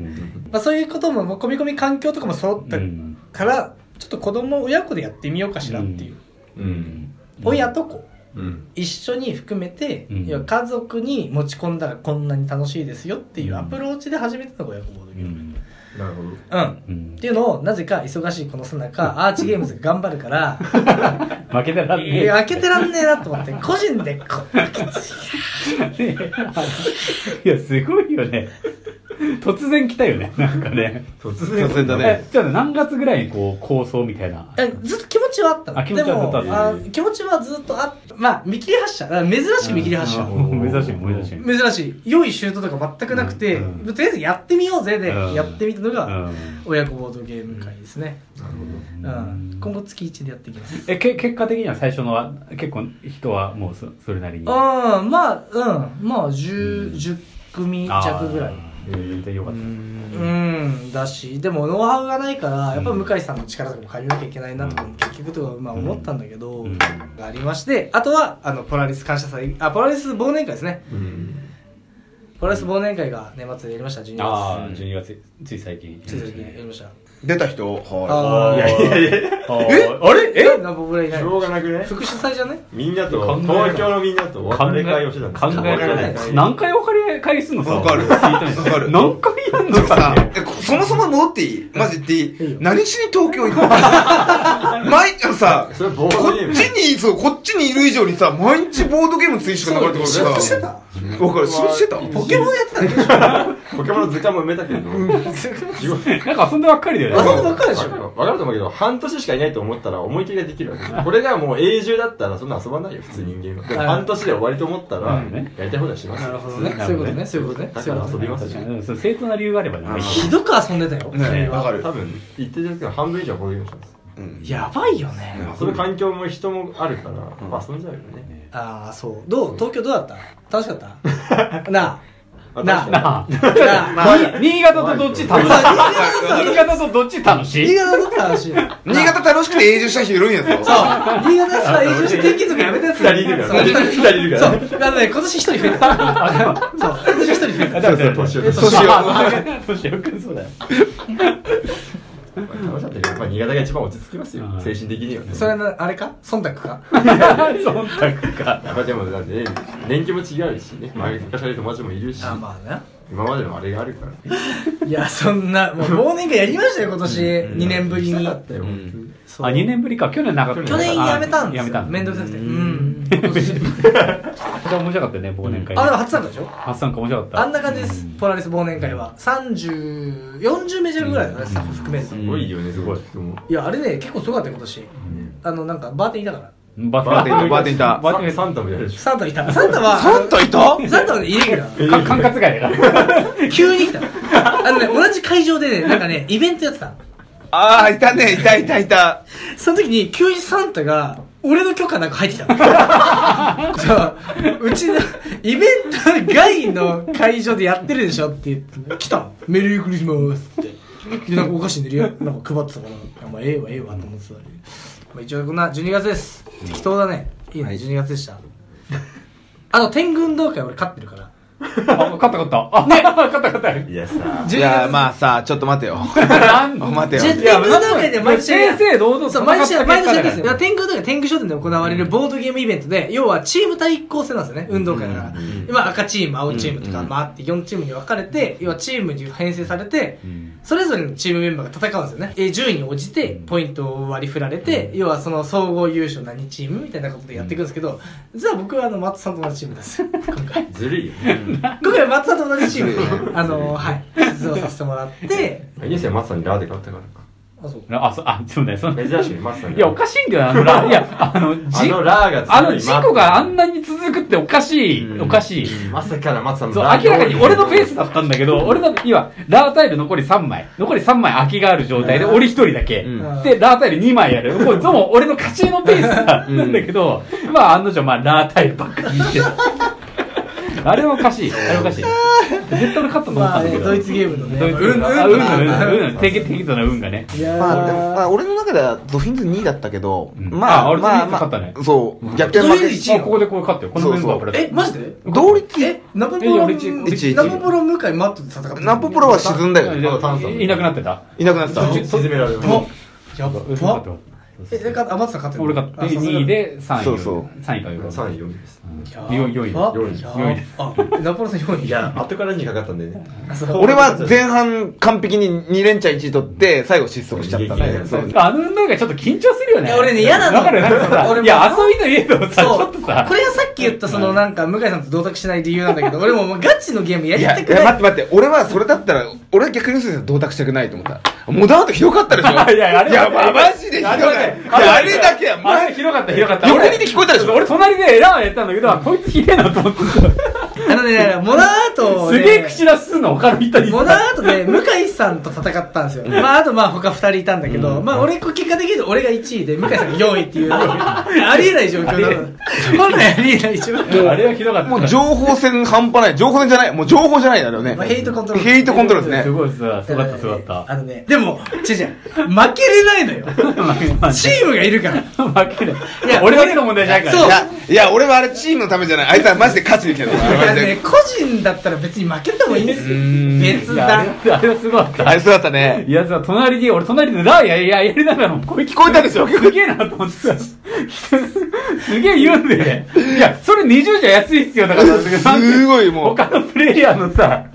S1: まあ、そういうことも込み込み環境とかも揃った
S3: うん
S1: から、ちょっと子供親子でやってみようかしらっていう、
S5: うん
S1: 親と子
S5: うん
S1: 一緒に含めて、
S3: うん
S1: 要は家族に持ち込んだらこんなに楽しいですよっていうアプローチで始めたのが親子ボード
S3: う
S1: ゲーム、
S3: ん
S5: なるほど
S1: うん、
S3: うん
S1: っていうのをなぜか忙しいこの最中アーチゲームズが頑張る から
S3: 負けたらね
S1: いや開けてらんねえなと思って個人でこ
S3: いやすごいよね突然来たよねなんかね
S5: 突
S2: 突然だね
S3: えじゃあ何月ぐらいにこう構想みたいな
S1: えずっと気持ちはあったの
S3: あ気持ちはずっとあった
S1: でもあ気持ちはずっとあったまあ見切り発車だから珍しく見切り発車、
S3: うん珍しい珍しい
S1: 珍しい良いシュートとか全くなくて、
S3: う
S1: と
S3: ん
S1: りあえずやってみようぜで、
S3: うん
S1: やってみたのが
S3: う
S1: 親子ボードゲーム会ですね、うん
S3: ん
S1: 今後月1でやっていきます
S3: えけ結果的には最初のは結構人はもうそそれなりに
S1: うんまあうんまあ 10,、
S3: うん
S1: 10組
S3: あー
S1: 弱ぐらい
S3: 全然よかった
S1: うんだしでもノウハウがないからやっぱ向井さんの力とかも借りなきゃいけないなとかも結局とかまあ思ったんだけど、
S3: うん
S1: がありましてあとはあのポラリス感謝祭あポラリス忘年会ですね
S5: うん
S1: ポラリス忘年会が年末でやりました12月
S3: ああ12月つい最近
S1: つい最近やりました
S2: 出た人は
S1: あ
S3: い
S1: ー
S3: やいやいやあれ
S1: えなんか僕らいない
S5: しょうがなくね
S1: 副主催じゃね
S5: みんなと
S3: 考えない
S5: 東京のみんなとお別れ会をしてたんです
S3: 考えられない
S1: 考えられない
S3: 何回お借り会すんのさ
S2: わかる
S3: ツイートに
S2: わかる
S3: 何回やん
S2: い
S3: の
S2: ちょっと
S3: さ
S2: さえこそもそも戻っていいマジ言っていい
S1: いいよ
S2: 何しに東京行くの毎あさ、
S5: それボー
S2: こ
S5: ド
S2: っ
S5: ゲーム
S2: ちに、そう、こっちにいる以上にさ、毎日ボードゲーム追試が流れてくる
S1: 仕
S2: か
S1: 事
S2: ら
S1: して
S2: さ、
S1: た
S2: わかる、そうしてた
S1: ポケモンやってたんでしょ
S5: ポケモンの図鑑も埋めたけど 自分
S3: なんか遊んでばっかりだ
S1: 遊
S3: よ
S1: ん
S3: ね。
S1: でばっかりでしょ
S5: わかるわかると思うけど、半年しかいないと思ったら思い切りができるわけ。これがもう永住だったらそんな遊ばないよ、普通人間は。でも
S1: はい
S5: 半年で終わりと思ったら
S3: うんね、
S5: やりたい放題しますよ。
S1: そうねそういうことねそういうことね
S5: だ
S1: そう
S5: か
S1: いう
S5: ら
S1: こと
S5: 遊び
S1: ね
S5: ます
S3: 確か
S5: よ
S3: に。で。もそれ正当な理由があればね。
S1: ひどく遊んでたよ、
S2: ねわかる。
S5: 多分、一定ですけど、半分以上はボードゲームしてます。
S1: やばいよね、
S5: その環境も人もあるから、まあ遊んじゃうよね。
S1: ああそうどう東京どうだった楽しかった なあ
S5: あ
S1: なあ
S5: 確
S1: な
S5: か
S3: あ
S1: あなあ
S3: に新潟とどっち楽しい新潟とどっち楽し
S1: 新
S3: い
S1: 潟どっから楽しいのそう
S2: 新潟楽しくて永住した人いるんやぞ。
S1: 新潟 さ永住して天気族やめたやつ
S5: 二人いるからね。
S1: そう
S5: 二人いるからね。
S1: そう あのね今年一人増え たそう今年一人増えた
S3: だって
S5: 年を
S1: え
S5: 年
S1: そ
S5: を
S1: う
S2: 年 を
S3: 年よくそうだよ。
S5: 楽しかったけど、まあ新潟が一番落ち着きます
S3: う
S5: よ、
S3: ん
S5: 精神的にはね。
S1: それのあれか忖度か
S3: 忖度か。
S5: やっぱでもだって、年季も違うしね、前昔からいる友達もいるし、
S1: あまあ
S5: 今までのあれがあるから。
S1: ないやそんなもう忘年会やりましたよ今年
S5: うん
S1: 2年ぶりに
S5: だったよ、本当に
S1: そう
S3: あ、2年ぶりか。去年なかった。
S1: 去年やめたん
S3: あ
S1: ですよ
S3: やめたん
S1: めんどくさくて
S3: う。
S1: うんん今年
S3: これ は面白かったね、忘年会ね。
S1: あれは初参加でしょ
S3: 初参加面白かった。
S1: あんな感じです、
S3: うん
S1: ポラリス忘年会は3040メジャーぐらいだね、スタッフ含めると、
S5: す
S1: い
S5: ごいよね、すごい。もう
S1: やあれね結構すごかったよ今年、あのなんかバーテンいたから
S3: バ
S2: バーテンいた、バーテンいた。
S3: バーテン
S5: サンタもやるでしょ。
S1: サンタいたサンタは
S2: サンタいた
S1: サンタはねイレギュラー
S3: か管轄外だ から。
S1: 急に来たあのね同じ会場でねなんかねイベントやってたの
S2: ああ、いたね、いたいたいた。
S1: その時に急にサンタが俺の許可なんか入ってきたのそううちのイベント外の会場でやってるでしょって言って来たのメリークリスマスってでなんかお菓子塗りやなんか配ってたからあまあええわええわと思ってたのに、まあ、一応こんな12月です適当だねいいね12月でしたあの天狗運動会俺勝ってるから
S3: あ勝った勝った。あ、ね、勝った勝った。
S5: いやさ、
S2: いや、まあさ、ちょっと待てよ。
S3: なん
S2: 待てよ。
S1: 10天狗運動会で毎年やる
S3: 正々堂々
S1: そう毎年やる毎年やってるんですよだ
S3: だ
S1: から天狗運動会天狗商店で行われるボードゲームイベントで要はチーム対抗戦なんですよね運動会だから今赤チーム青チームとか回って4チームに分かれて要はチームに編成されてそれぞれのチームメンバーが戦うんですよねえー順位に応じてポイントを割り振られて要はその総合優勝何チームみたいなことでやっていくんですけど実は僕はあの松さんと同じチームなん ですよ今回
S5: ずるいよね。
S1: 今回松さんと同じチー ムであのはい出場させてもらって
S5: 来年生松さんにラーで買ったからか。
S1: あそう
S3: あ、そう、あ、そうね、その、い
S5: 珍しいね、松さんに。
S3: や、おかしいんだよ、あのラ、いや、あの、
S5: あ
S3: じ、
S5: のラーが
S3: あの事故があん
S5: な。
S3: なに続くっておかしい、おかしい。
S5: まさかの松さん
S3: そう、
S5: ラー
S3: 明らかに俺のペース
S5: だ
S3: だったんだけど、俺の、今、ラータイル残り3枚。残り3枚空きがある状態で、
S1: うん
S3: 俺1人だけ。
S1: ん
S3: で、ラータイル2枚やる。もう、どうも俺の勝ちのペースなんだけど、まあ、案の定、まあ、ラータイルばっかりいってた。あれはおかしい。あれおかしい。絶対俺勝ったと思っ
S1: ま
S3: た
S1: あ
S3: んだけ
S1: ね
S3: ど。
S1: ドイツゲームのね
S3: ドイツ運、運、運、
S1: あ
S3: 運、運、
S1: 運だ
S3: 運、運、適適度な運がね。
S1: いやー
S2: まあでも、まあ、俺の中ではドフィンズ2位だったけど、
S3: うん
S2: ま
S3: あ
S2: あ、
S3: 俺
S2: まあ、
S3: ドフィン
S2: ま
S3: ズ勝ったね
S2: あ、そう、逆転負けし、
S1: ド
S3: もうここでこう勝ってよ。このメンバーからだ
S1: え、マジで
S2: 同率
S1: え、ナポプロ
S3: いや俺一
S1: ン、
S2: 一
S1: ナポプロン向井マットで戦ってた
S2: ナポプロは沈んだよね。
S3: いいなくなってた。
S2: いなくなってた。
S5: った。沈められる。
S1: あやば
S3: 俺勝ったよ
S1: え、だから、あ、松さん勝ってる
S3: 俺勝って、2位。で3位。
S2: そうそう
S3: 3位かよ。
S5: 3位、4位です。
S3: 4位、4位。
S1: 4
S5: 4位
S1: 位。あ、ナポロンさん4位。
S5: いや、後から2位かかったんでね。
S1: あ、そう
S2: 俺は前半完璧に2連チャン1位取って、最後失速しちゃったん
S5: いやいやい
S2: で。
S5: や
S2: そう
S3: あの運動会ちょっと緊張するよ
S1: い
S3: ね。
S1: や俺ね嫌なの
S3: わかるなんかさ
S1: 俺も
S3: いや、遊びといえどさ、ち
S1: そ
S3: ょ
S1: う
S3: っとさ
S1: こ、れはさっき言ったそのなんか向井さんと同卓しない理由なんだけど俺ももうガチのゲームや
S2: い
S1: り
S2: や、
S1: た
S2: い
S1: く
S2: や
S1: な
S2: 待
S1: い
S2: って待って、俺はそれだったら、俺は逆にする同卓したくないと思った。モダンアートひどかったでしょ
S3: いやいやあれは
S2: まあマジでひどかっ
S3: あれ
S2: た。
S3: はいね
S2: やあれだけは、
S3: あ
S2: マ
S3: れ
S2: ジ
S3: 広かった、広かった。
S2: 横見て聞こえたでしょ
S3: 俺隣でエラーやったんだけど、あこいつひでえなと思って
S1: あのね、モダンアート
S3: た。
S1: を
S3: す
S1: ね
S3: げえ口出しすんの、他の人に。
S1: モダンアートで向井さんと戦ったんですよ。まあ、あとまあ他二人いたんだけど、まあ俺、結果的に俺が1位で、向井さんが4位っていう、ありえない状況なの。本来ありえない状況。
S3: あれはひどかった。
S2: もう情報戦半端ない。情報戦じゃない。もう情報じゃないだろうね
S1: まあ。ヘイトコントロール
S2: ヘイトコントロールですすね。
S3: ごいさ、すごかった、すごかっ
S1: あのね、でも、違う違う、負けれないのよ。
S3: た。
S1: チームがいるから。
S3: 負ける
S1: いや。
S3: 俺だけの問題じゃないか
S1: そう
S2: い
S3: ら。
S2: や、いや、俺はあれチームのためじゃない。あいつはマジで勝ちに来たの。
S1: だから
S2: マジで
S1: ね、個人だったら別に負けてもいいんですよ。別
S3: いやあ
S1: だ
S3: れ。はあれはすごかった。
S2: あれそうだったね。
S3: いやさ、隣に、俺隣でラーや、いや、やりながらも、声聞
S2: こえたでしょ
S3: すげえなと思ってさ、すげえ言うんでね。いや、それ20じゃ安いっすよ、だから。
S2: すごいもう
S3: 他のプレイヤーのさ、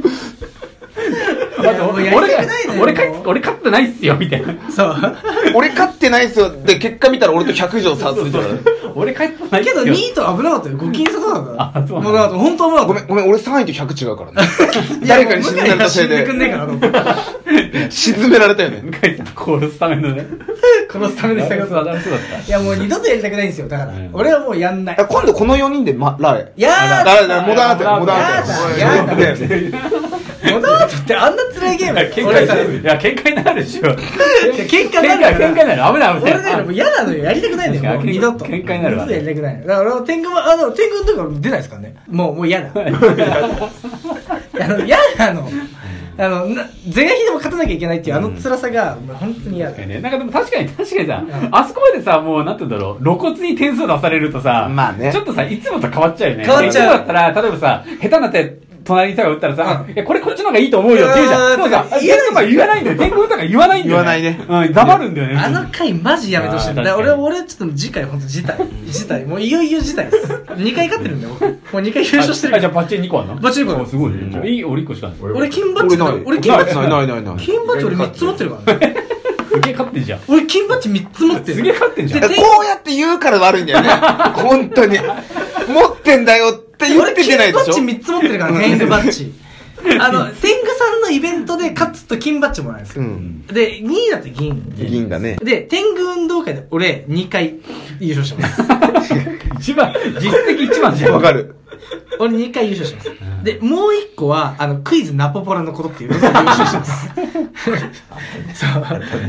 S1: やもうやり
S3: 俺
S1: たくないのよ
S3: 俺か
S1: もう
S3: 俺勝ってないっすよみたいな
S1: そう
S2: 俺勝ってないっすよで結果見たら俺と100以上差ついてるから
S3: 俺帰ってないっ
S1: け
S3: す
S1: ど
S3: よ
S1: 2位とは危なかったよ5金差とかだから
S3: あそうなんだ
S1: もうなんか本当危なかった
S2: ごめんごめん俺3位と100違うからね誰かに沈められたせい
S1: いやもう向井が死ん
S2: で
S1: でくんねえかなと思って
S2: 沈められたよね
S3: 向井さん殺すためのね
S1: 殺すためでしたけ
S3: そうだ
S1: ど
S3: った
S1: いやもう二度とやりたくないんですよだから
S3: うん
S1: 俺はもうやんない
S2: あ今度この4人で、ま、ラー
S1: やだ
S2: ラーラーモダンアートよモダンア
S1: や
S2: ー
S1: だ
S2: トよね
S1: モダンアートってあんな辛いゲーム
S3: 喧嘩
S1: 俺さ
S3: いや喧嘩になるでしょ
S1: 喧嘩になる
S3: 喧嘩喧嘩になる危ない危
S1: 俺
S3: な
S1: ね
S3: い
S1: もう嫌なのよやりたくないの
S3: 確か
S1: よも
S3: に
S1: う二度と
S3: 喧嘩になるわ
S1: 二度とやりたくないのだから俺天狗もあの天狗の時は出ないですからねもうもう嫌 だあの嫌なのあのな是が非でも勝たなきゃいけないっていうあの辛さがもう本当に嫌だ
S3: ねなんかでも確かに確かにさ、あそこまでさ、もうなんて言うんだろう、露骨に点数出されるとさ、
S2: まあね
S3: ちょっとさ、いつもと変わっちゃうよね。
S1: 変わっちゃう
S3: いつもだったら、例えばさ、下手な手、隣に人が打ったらさ、
S1: う
S3: いや、これこっちの方がいいと思うよって言うじ
S1: う
S3: ゃ
S1: ー
S3: ん。
S1: ん
S3: でもさ、
S1: 言えない
S3: 天狗は言わないんだよ。天狗とか言わないんだ
S2: 言
S3: よ、
S2: わ
S3: ないね。うん、黙るんだよね。
S1: あの回マジやめてほしい
S3: あー
S1: だから
S3: 確
S1: 俺
S3: かに
S1: 俺はちょっと次回本当辞退辞退もういよいよ辞退です2回勝ってるんだよ僕もう2回優勝してる
S3: あ
S1: か
S3: じゃ
S1: ら
S3: あバッチリ2個あんの
S1: バッチリ二個ある
S3: おすごい
S5: うん
S3: ね。いい、俺1個しかない。
S5: 俺
S1: 俺金バッ
S2: 俺
S1: ジ
S2: ない
S1: 俺金
S2: な
S1: バ
S2: い
S1: ッジ
S2: ないないないない
S1: 金バッジ俺3つ持ってるからね
S3: すげえ勝ってんじゃん。
S1: 俺金バッジ3つ持ってる
S3: すげえ勝ってんじゃん
S1: で。
S2: こうやって言うから悪いん だよね本当に持ってんだよって言って出ないでしょ
S1: 俺金バッジ3つ持ってるから天狗バッジあの天狗さんのイベントで勝つと金バッジもらえるんです
S2: う
S1: よ、
S2: ん
S1: で2位だと銀
S2: 銀だね
S1: で天狗運動会で俺2回優勝してます
S3: 一番、実績一番じゃん。
S2: わかる
S1: 俺2回優勝してますでもう1個はあのクイズナポポラのことっていうので優勝してますそう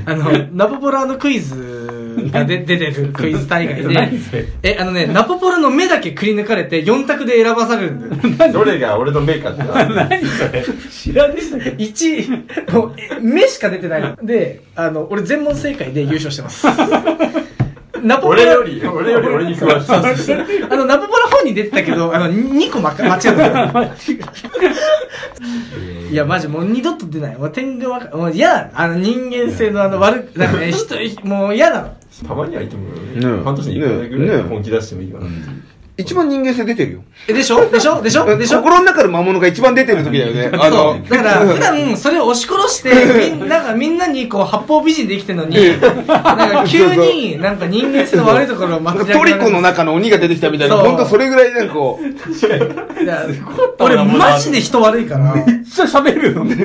S1: あのナポポラのクイズがで出てるクイズ大会
S3: 何
S1: で
S3: それ
S1: えあのねナポポラの目だけくり抜かれて4択で選ばされるんだよ
S5: どれが俺のメーカーってある
S3: 何それ知らねえんだけど。
S1: 1位、もう、え目しか出てないの。で、あの、俺全問正解で優勝してます。ナポポラ
S5: 俺より、俺より俺に詳し
S1: そう
S5: い。
S1: そうそうあの、ナポポラ本に出てたけど、あの、2個まか間違えた。いや、マジもう二度と出ない。もう天狗わか、もう嫌なのあの人間性のあの悪く、なんかね、人、もう嫌なの。
S5: たまにはいてもいいよ
S2: ね
S5: ね。半年に1回ぐら
S2: ね
S5: い本気出してもいいわ。
S2: 一番人間性出てるよ
S1: え、でしょでしょでしょでしょ
S2: 心の中の魔物が一番出てる時だよ ねあ
S1: そ
S2: の
S1: う。だから、普段、それを押し殺して、みんながみんなに、こう、八方美人で生きてるのに、なんか急に、なんか人間性の悪いところを
S2: なん
S1: 巻
S2: か
S1: き上
S2: ト
S1: げ
S2: リ
S1: られる
S2: コの中の鬼が出てきたみたいな
S1: そう
S2: 本当それぐらいなんかこう
S1: だから俺、マジで人悪いから、
S3: めっちゃ喋るのね。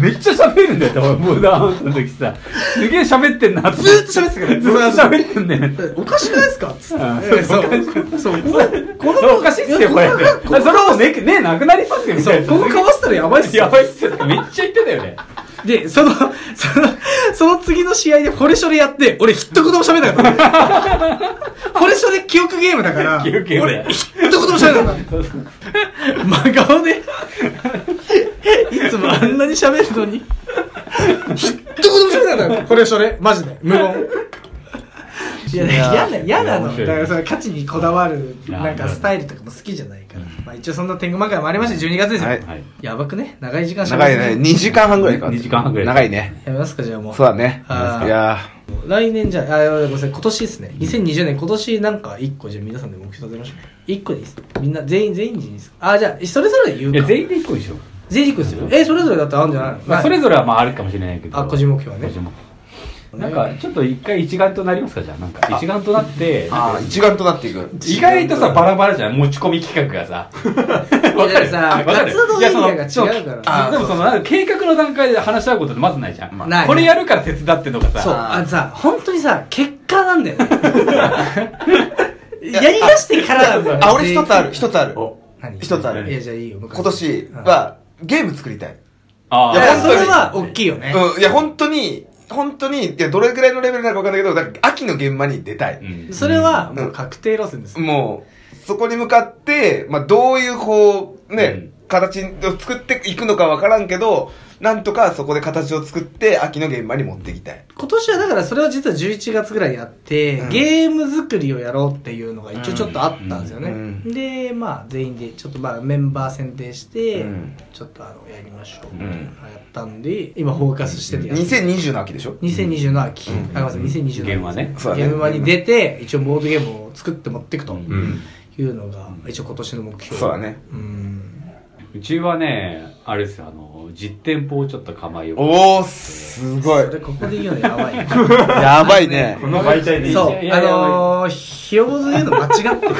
S3: めっちゃ喋るんだよ、多分。モダンハウスの時さ。すげえ喋ってんなって。
S1: ずーっと喋ってたから
S3: ずーっと喋ってんね。
S1: おかしくないですかつって
S3: あ
S1: ええそうそうここの
S3: おかしいっすよ、これ。それもうね、ね、なくなりますよ、みた
S1: そ
S3: いうな。
S1: ここかわせたらやばいっす
S3: や
S1: よ
S3: ばいっすよ。めっちゃ言ってたよね。
S1: でそのそのその次の試合でこれそれやって俺一言も喋んなかった これそれ記憶ゲームだから
S3: 記憶ゲームだよ
S1: 俺一言も喋んなかった真顔でいつもあんなに喋るのに一言も喋らないのよこれそれマジで無言いや嫌な嫌なの
S3: 面白
S1: だ
S3: い
S1: からその価値にこだわる
S3: な
S1: なんかスタイルとかも好きじゃないから、まあ、一応そんな天狗漫画もありました12月ですよ、
S2: はい
S3: はい。
S1: やばくね長い時間しゃ
S2: 長いね2時間半ぐらいか
S3: 2時間半ぐらい
S2: 長いね
S1: やめますかじゃあもう
S2: そうだね
S1: あー
S2: いや
S1: 来年じゃあごめんなさい今年ですね2020年今年なんか1個じゃあ皆さんで目標立てましょう1個でいいですみんな全員全員でいいですあーじゃあそれぞれ言う
S3: い
S1: か
S3: や、全員で一個でしょ。
S1: 全員1個ですよえそれぞれだったらあるんじゃないの、
S3: まあ、それ
S1: ぞ
S3: ぞれはまああるかもしれないけど。
S1: あ個人目標はね
S3: 個人目標なんか、ちょっと一回一丸となりますか、じゃあ。なんか、一丸となって、
S2: あー一丸となっていく
S3: 意外とさ、バラバラじゃん、持ち込み企画 がさ。わかる
S1: さ
S3: わかる
S1: 活動
S3: いやその
S1: エリアが違うから
S3: あでもその、なんか計画の段階で話し合うことってまずないじゃん。
S1: ない
S3: これやるから手伝ってとかさ。
S1: そう
S2: あー
S1: あのさ本当にさ結果なんだよね やりだしてからなんだ
S2: あ俺一つある一つある
S5: お
S1: 何
S2: 一つある
S1: いやじゃあいいよ向井
S2: 今年はゲーム作りたい
S3: あ
S1: い
S2: いや
S1: や
S2: 本
S1: そ
S2: 当に
S1: れは大きいよね
S2: うんいや本当に本当にいやどれぐらいのレベルなのかわかんないけどだから秋の現場に出たい、
S3: うん
S1: それはもう確定路線です
S2: もうそこに向かって、まあ、どういうこうね、形を作っていくのかわからんけどなんとかそこで形を作って秋の現場に持っていきたい
S1: 今年はだからそれは実は11月ぐらいやって、
S2: うん
S1: ゲーム作りをやろうっていうのが一応ちょっとあったんですよね、
S2: うん
S1: でまあ全員でちょっとまあメンバー選定して、
S2: うん
S1: ちょっとあのやりましょう、
S2: ん
S1: やったんで今フォーカスしててやって
S2: 2020の秋でしょ
S1: 2020の秋、
S2: うん
S1: あごめんなさい2020の秋
S3: ゲームはね
S2: そうだね
S1: ゲームはに出て一応ボードゲームを作って持っていくと
S3: うん
S5: うん。
S1: いうのが一応今年の目標
S2: そうだね
S1: うん
S3: ううちはね、あれですよ、あの、実店舗をちょっと構えよう。
S2: おー、すごい
S1: そ。れここで言うのやばいよ
S2: やばいね。
S5: この媒体でいいじゃん
S1: そう
S3: いやいや
S1: あのーひよこず言うの間違ってる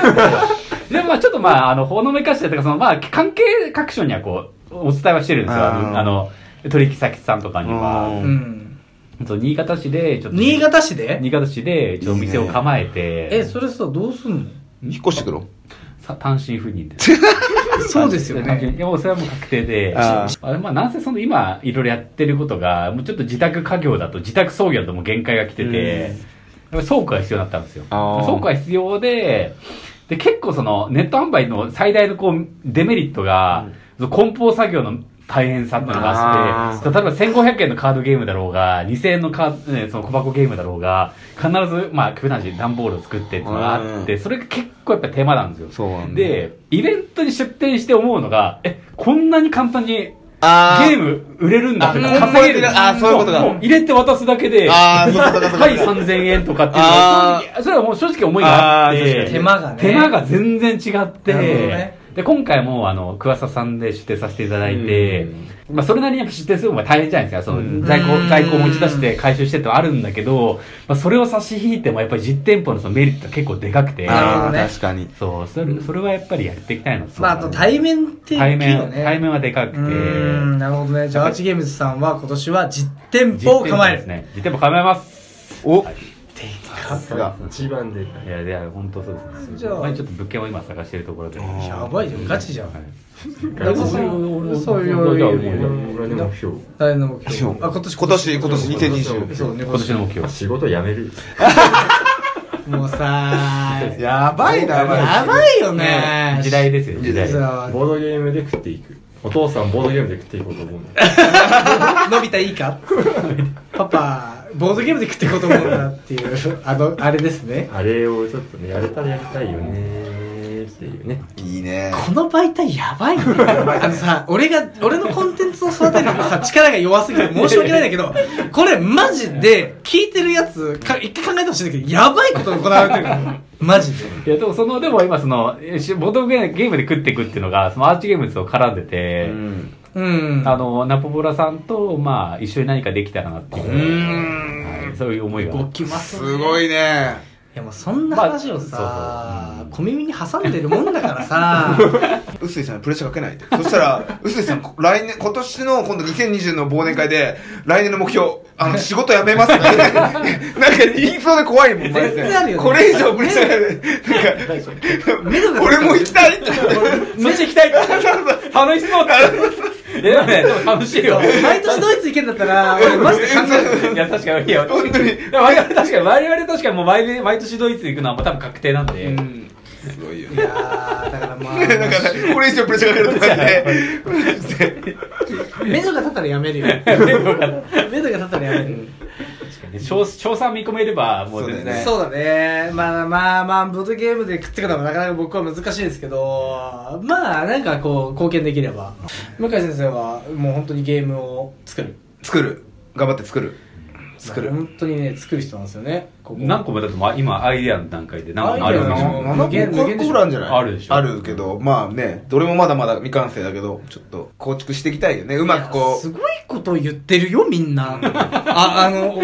S3: でもまあちょっとまああの、ほのめかしてとか、そのまあ関係各所にはこう、お伝えはしてるんですよ。あ
S2: あ
S3: の、
S2: ー
S3: あの取引先さんとかに
S2: う
S1: う
S3: は。
S1: ん
S3: そう、新潟市で、ちょっと。
S1: 新潟市で
S3: 新潟市で、ちょっとお店を構えて。
S1: えそれさどうすんの
S2: 引っ越してくろ。
S3: さ単身赴任で。
S1: そうですよ
S3: 単身
S1: ね
S3: いや、もうそれはもう確定で。
S2: あ
S3: あまあ、なんせその今、いろいろやってることが、もうちょっと自宅家業だと、自宅創業だともう限界が来てて、やっぱり倉庫が必要だったんですよ。
S2: あー
S3: 倉庫が必要で、で、結構その、ネット販売の最大のこう、デメリットが、その梱包作業の大変さっていうのがあって、例えば1500円のカードゲームだろうが、2000円のカード、ねその小箱ゲームだろうが、必ず、まあ、極端に段ボールを作ってっていうのがあって、それが結構やっぱ手間なんですよ。
S2: そうなんだ
S3: で、イベントに出店して思うのが、え、こんなに簡単にゲ
S2: あー
S3: ーム売れるんだって
S2: あうん
S3: 稼げる。
S2: うんあーそういうことだ
S3: もも入れて渡すだけで、
S2: あーそういうことだそういうことだ
S3: はい3000円とかっていうのは
S2: あー
S3: 正直それはもう正直思いがあっ
S2: あー確
S3: て、
S2: かに
S1: 手間がね
S3: 手間が全然違って、
S1: なるほどね
S3: で、今回も、あの、桑佐さんで出店させていただいて、まあ、それなりにやっぱ出店するのが大変じゃないですか。その、在
S1: う
S3: 庫、
S1: ん
S3: 在庫を持ち出して回収してってのはあるんだけど、まあ、それを差し引いても、やっぱり実店舗のそのメリットが結構でかくて、
S1: なるほど
S2: あ
S1: ね
S2: ー、確かに。
S3: そう、それ、それはやっぱりやっていきたいの。
S1: まああと対面って大
S3: 対
S1: きいよ
S3: 面、
S1: ね
S3: 対面はでかくて
S1: う、ーんなるほどねじゃあアーチゲームズさんは今年は実店舗を
S3: 実店
S1: 構
S3: 舗
S1: え
S3: で
S1: る
S3: すね。実店舗構えます。
S2: お、
S5: 一番でかい
S3: いや、いや、本当そうですね。
S1: じゃあ
S3: まちょっと物件を今探してるところで。
S1: やばいじゃんガチじゃん
S3: ガチ
S1: そういうそういう
S3: そうい
S1: そう
S3: う
S5: 俺
S1: い
S5: の
S1: う
S5: 俺の目標
S1: 誰の目
S2: そ
S1: 標
S2: う
S1: あ今年
S2: 今年、今年2020。
S1: そうね
S3: 今年の目標。
S5: 仕事辞める
S1: もうさー
S2: やばいな、
S1: やばいよね
S3: 時代ですよ、時代。
S1: さ
S5: ボードゲームで食っていくお父さんボードゲームで食っていこうと思うんだ
S1: あのび太いいかパパボードゲームで食っていこうと思うんだっていうあのあれですね
S5: あれをちょっとねやれたらやりたいよねっていうね
S2: いいね。
S1: この媒体やばいね。あのさ、俺が、俺のコンテンツを育てるのにさ、力が弱すぎて申し訳ないんだけど、これマジで、聞いてるやつ、か一回考えてほしいんだけど、やばいことが行われてるの。マジで。
S3: いや、でもその、でも今その、えしボードゲームで食っていくっていうのが、そのアーチゲームズと絡んで
S2: う
S3: て、
S2: ん。
S1: うん。
S3: あの、ナポボラさんと、まあ、一緒に何かできたらなっていうう、
S2: ん。
S3: はいそういう思いが。
S1: 動きます、
S2: すご
S1: い。い
S2: いね。
S1: やもうそんな話を
S3: まあそうそう
S1: さ
S3: う、ん
S1: 小耳に挟んでるもんだからさ、
S2: 臼井さんにプレッシャーかけないで。そし たら、臼井さん、こ来年、今年の、今度2020の忘年会で、来年の目標、あの、仕事辞めま すって。なんか言いそうで怖いもん、マジ
S1: 全然ある
S2: で。
S1: よね
S2: これ以上プレッシャーか
S1: 目
S2: け
S1: 処が
S2: なんか、俺も行きたいって。
S3: めっちゃ行きたい 楽しそ うって。いや、でもね、でも楽しいよ。
S1: 毎年ドイツ行けんだったら、俺マジで考え
S3: いや、確かに、いや、
S2: 本当に
S3: でも我々確かに、我々確かにもう毎年毎年ドイツ行くのはもう多分確定なんで。
S2: すごいよ
S1: て
S2: ね。
S1: る。いやーだからま
S2: なんか、これ以上プレッシャーかけるとかね。マジで
S1: あ、 目処が立ったらやめるよ。 目処が立ったらやめる。
S3: 賞賞賛見込めれば、もう全
S2: ね
S3: 然。
S1: そうだね。まあまあまあ、ボードゲームで食っていくのもなかなか僕は難しいですけど、まあなんかこう、貢献できれば。向井先生はもう本当にゲームを作る。
S2: 作る。頑張って作る。作る。
S1: 本当にね、作る人なんですよね。ここ
S3: 何個もだってまあ今アイデアの段階で何個もあるわけじゃ
S1: アイデア
S3: ん。
S1: の
S2: 7個5個ぐらいあるんじゃない
S3: あるでしょ
S2: あるけど、まあね、どれもまだまだ未完成だけど、ちょっと構築していきたいよね。うまく
S1: いや
S2: こ
S1: す
S2: う。
S1: ごいことを言ってるよ、みんな。あ、あの、お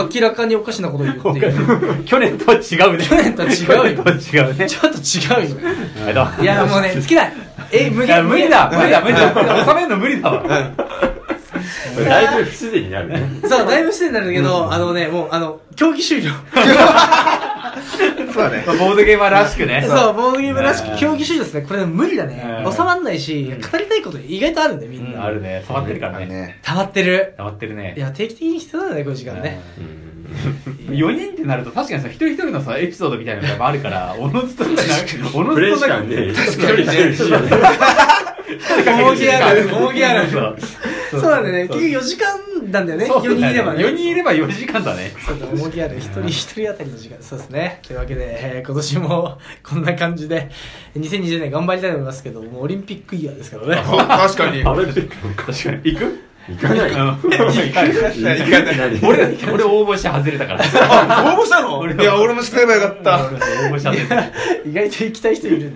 S1: お明らかにおかしなことを言 ってる。
S3: 去年とは違うね。
S1: 去年とは違うよ
S3: 去年とは違うね。
S1: ちょっと違うよ。
S3: はいどうも
S1: いや、もうね、尽きない。え、無
S3: い
S1: 理
S3: や、無理だ、無理だ、無理だ。収めるの無理だわ。
S5: だいぶ不自然になるね
S1: そう、だいぶ失礼になるんだけど、あのね、もう、あの、競技終了。
S2: そうだね
S3: ま。あボードゲーマーらしくね。
S1: そう、ボードゲームらし
S3: ね
S1: く競技主義ですね。これ無理だね
S3: う。ん
S1: 収まんないし、語りたいこと意外とあるんで、み
S3: うんん
S1: な。
S3: あるね。触ってるからね。
S2: ね。
S1: 溜まってる。
S3: 触ってるね
S1: い。や、定期的に必要だね、この時間ね。
S3: 4人ってなると確かにさ一人一人のさエピソードみたいなのがあるからおのずとなんかおの
S5: プ
S3: ず
S5: レイ
S3: と
S5: しか
S3: なんか
S5: ね一人一人しかね
S1: 重きある、重きある。
S3: そう
S1: そうなんだね。結局4時間なんだよね。4人いればね。
S3: 4人いれば4時間だね
S1: そうだ、重きある。一人一人当たりの時間。そうですね。というわけで、えー今年もこんな感じで、2020年頑張りたいと思いますけど、もうオリンピックイヤーですからね。
S2: 確かに。
S5: 食べる
S3: 確かに行く
S5: 行かない。行かない。
S2: いや行かない
S3: 俺、俺応募して外れたから。
S2: あ、応募したのいや、俺もしてればよかった。
S3: 応募して外れた。
S1: 意外と行きたい人いる。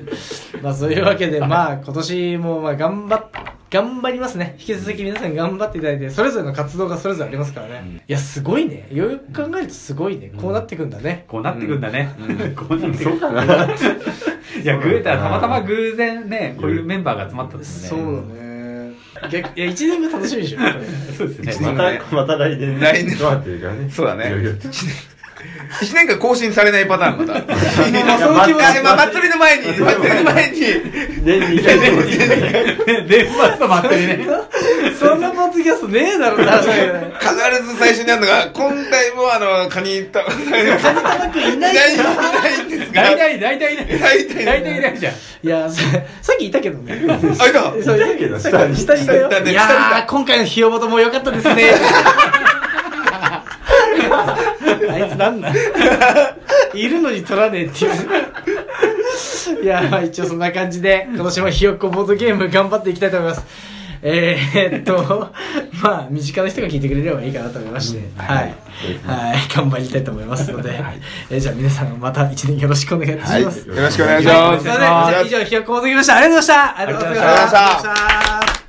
S1: まあそういうわけで、まあ今年もまあ頑張っ、頑張りますね。引き続き皆さん頑張っていただいて、それぞれの活動がそれぞれありますからね。いや、すごいね。よく考えるとすごいね。こうなってくんだね。
S3: こうなってくんだね。こうなってくんだね。いや、グーたらたまたま偶然ね、こういうメンバーが集まったんです
S1: そ
S3: ね。
S1: うだね。逆いや、一年後楽しみでしょ。これ
S3: そうですね。
S5: また、また来年。
S2: 来年
S5: どうなってるかね。
S2: そうだね
S5: いろいろ
S2: 1年間更新されないパターンまた。
S1: あそういう気持ち
S2: あでまあ祭りの前に、祭りの前に、
S5: 年に一回更新
S3: 年末の祭りね。
S1: そんなポッドキャストねえだろ、確かに。
S2: 必ず最初にあるのが、今回もあの、カニた、
S1: カニタマくんいないい
S2: ない、い
S1: じゃん
S2: ないんですが。
S3: 大体、大体ね。
S2: 大体
S3: 大体いないじゃん。
S1: いや、ささっきいたけどね。
S2: あ、いた
S1: そう
S5: いたけど
S1: さっき下にいたよ
S2: 下にいたね
S1: いや
S2: 下にい
S1: ー、今回のひよぼとも良かったですね。 あいつなんだいるのに取らねえっていう。いやー、まあ一応そんな感じで、今年もひよっこボードゲーム頑張っていきたいと思います。えー、っと、まあ、身近な人が聞いてくれればいいかなと思いまして、はい。はい、頑張りたいと思いますので、えーじゃあ皆さんまた一年よろしくお願いいたします。
S5: はい
S2: よろしくお願いします。
S1: ということで以上、ひよっこボードゲームでした。ありがとうございました。ありがとうございました。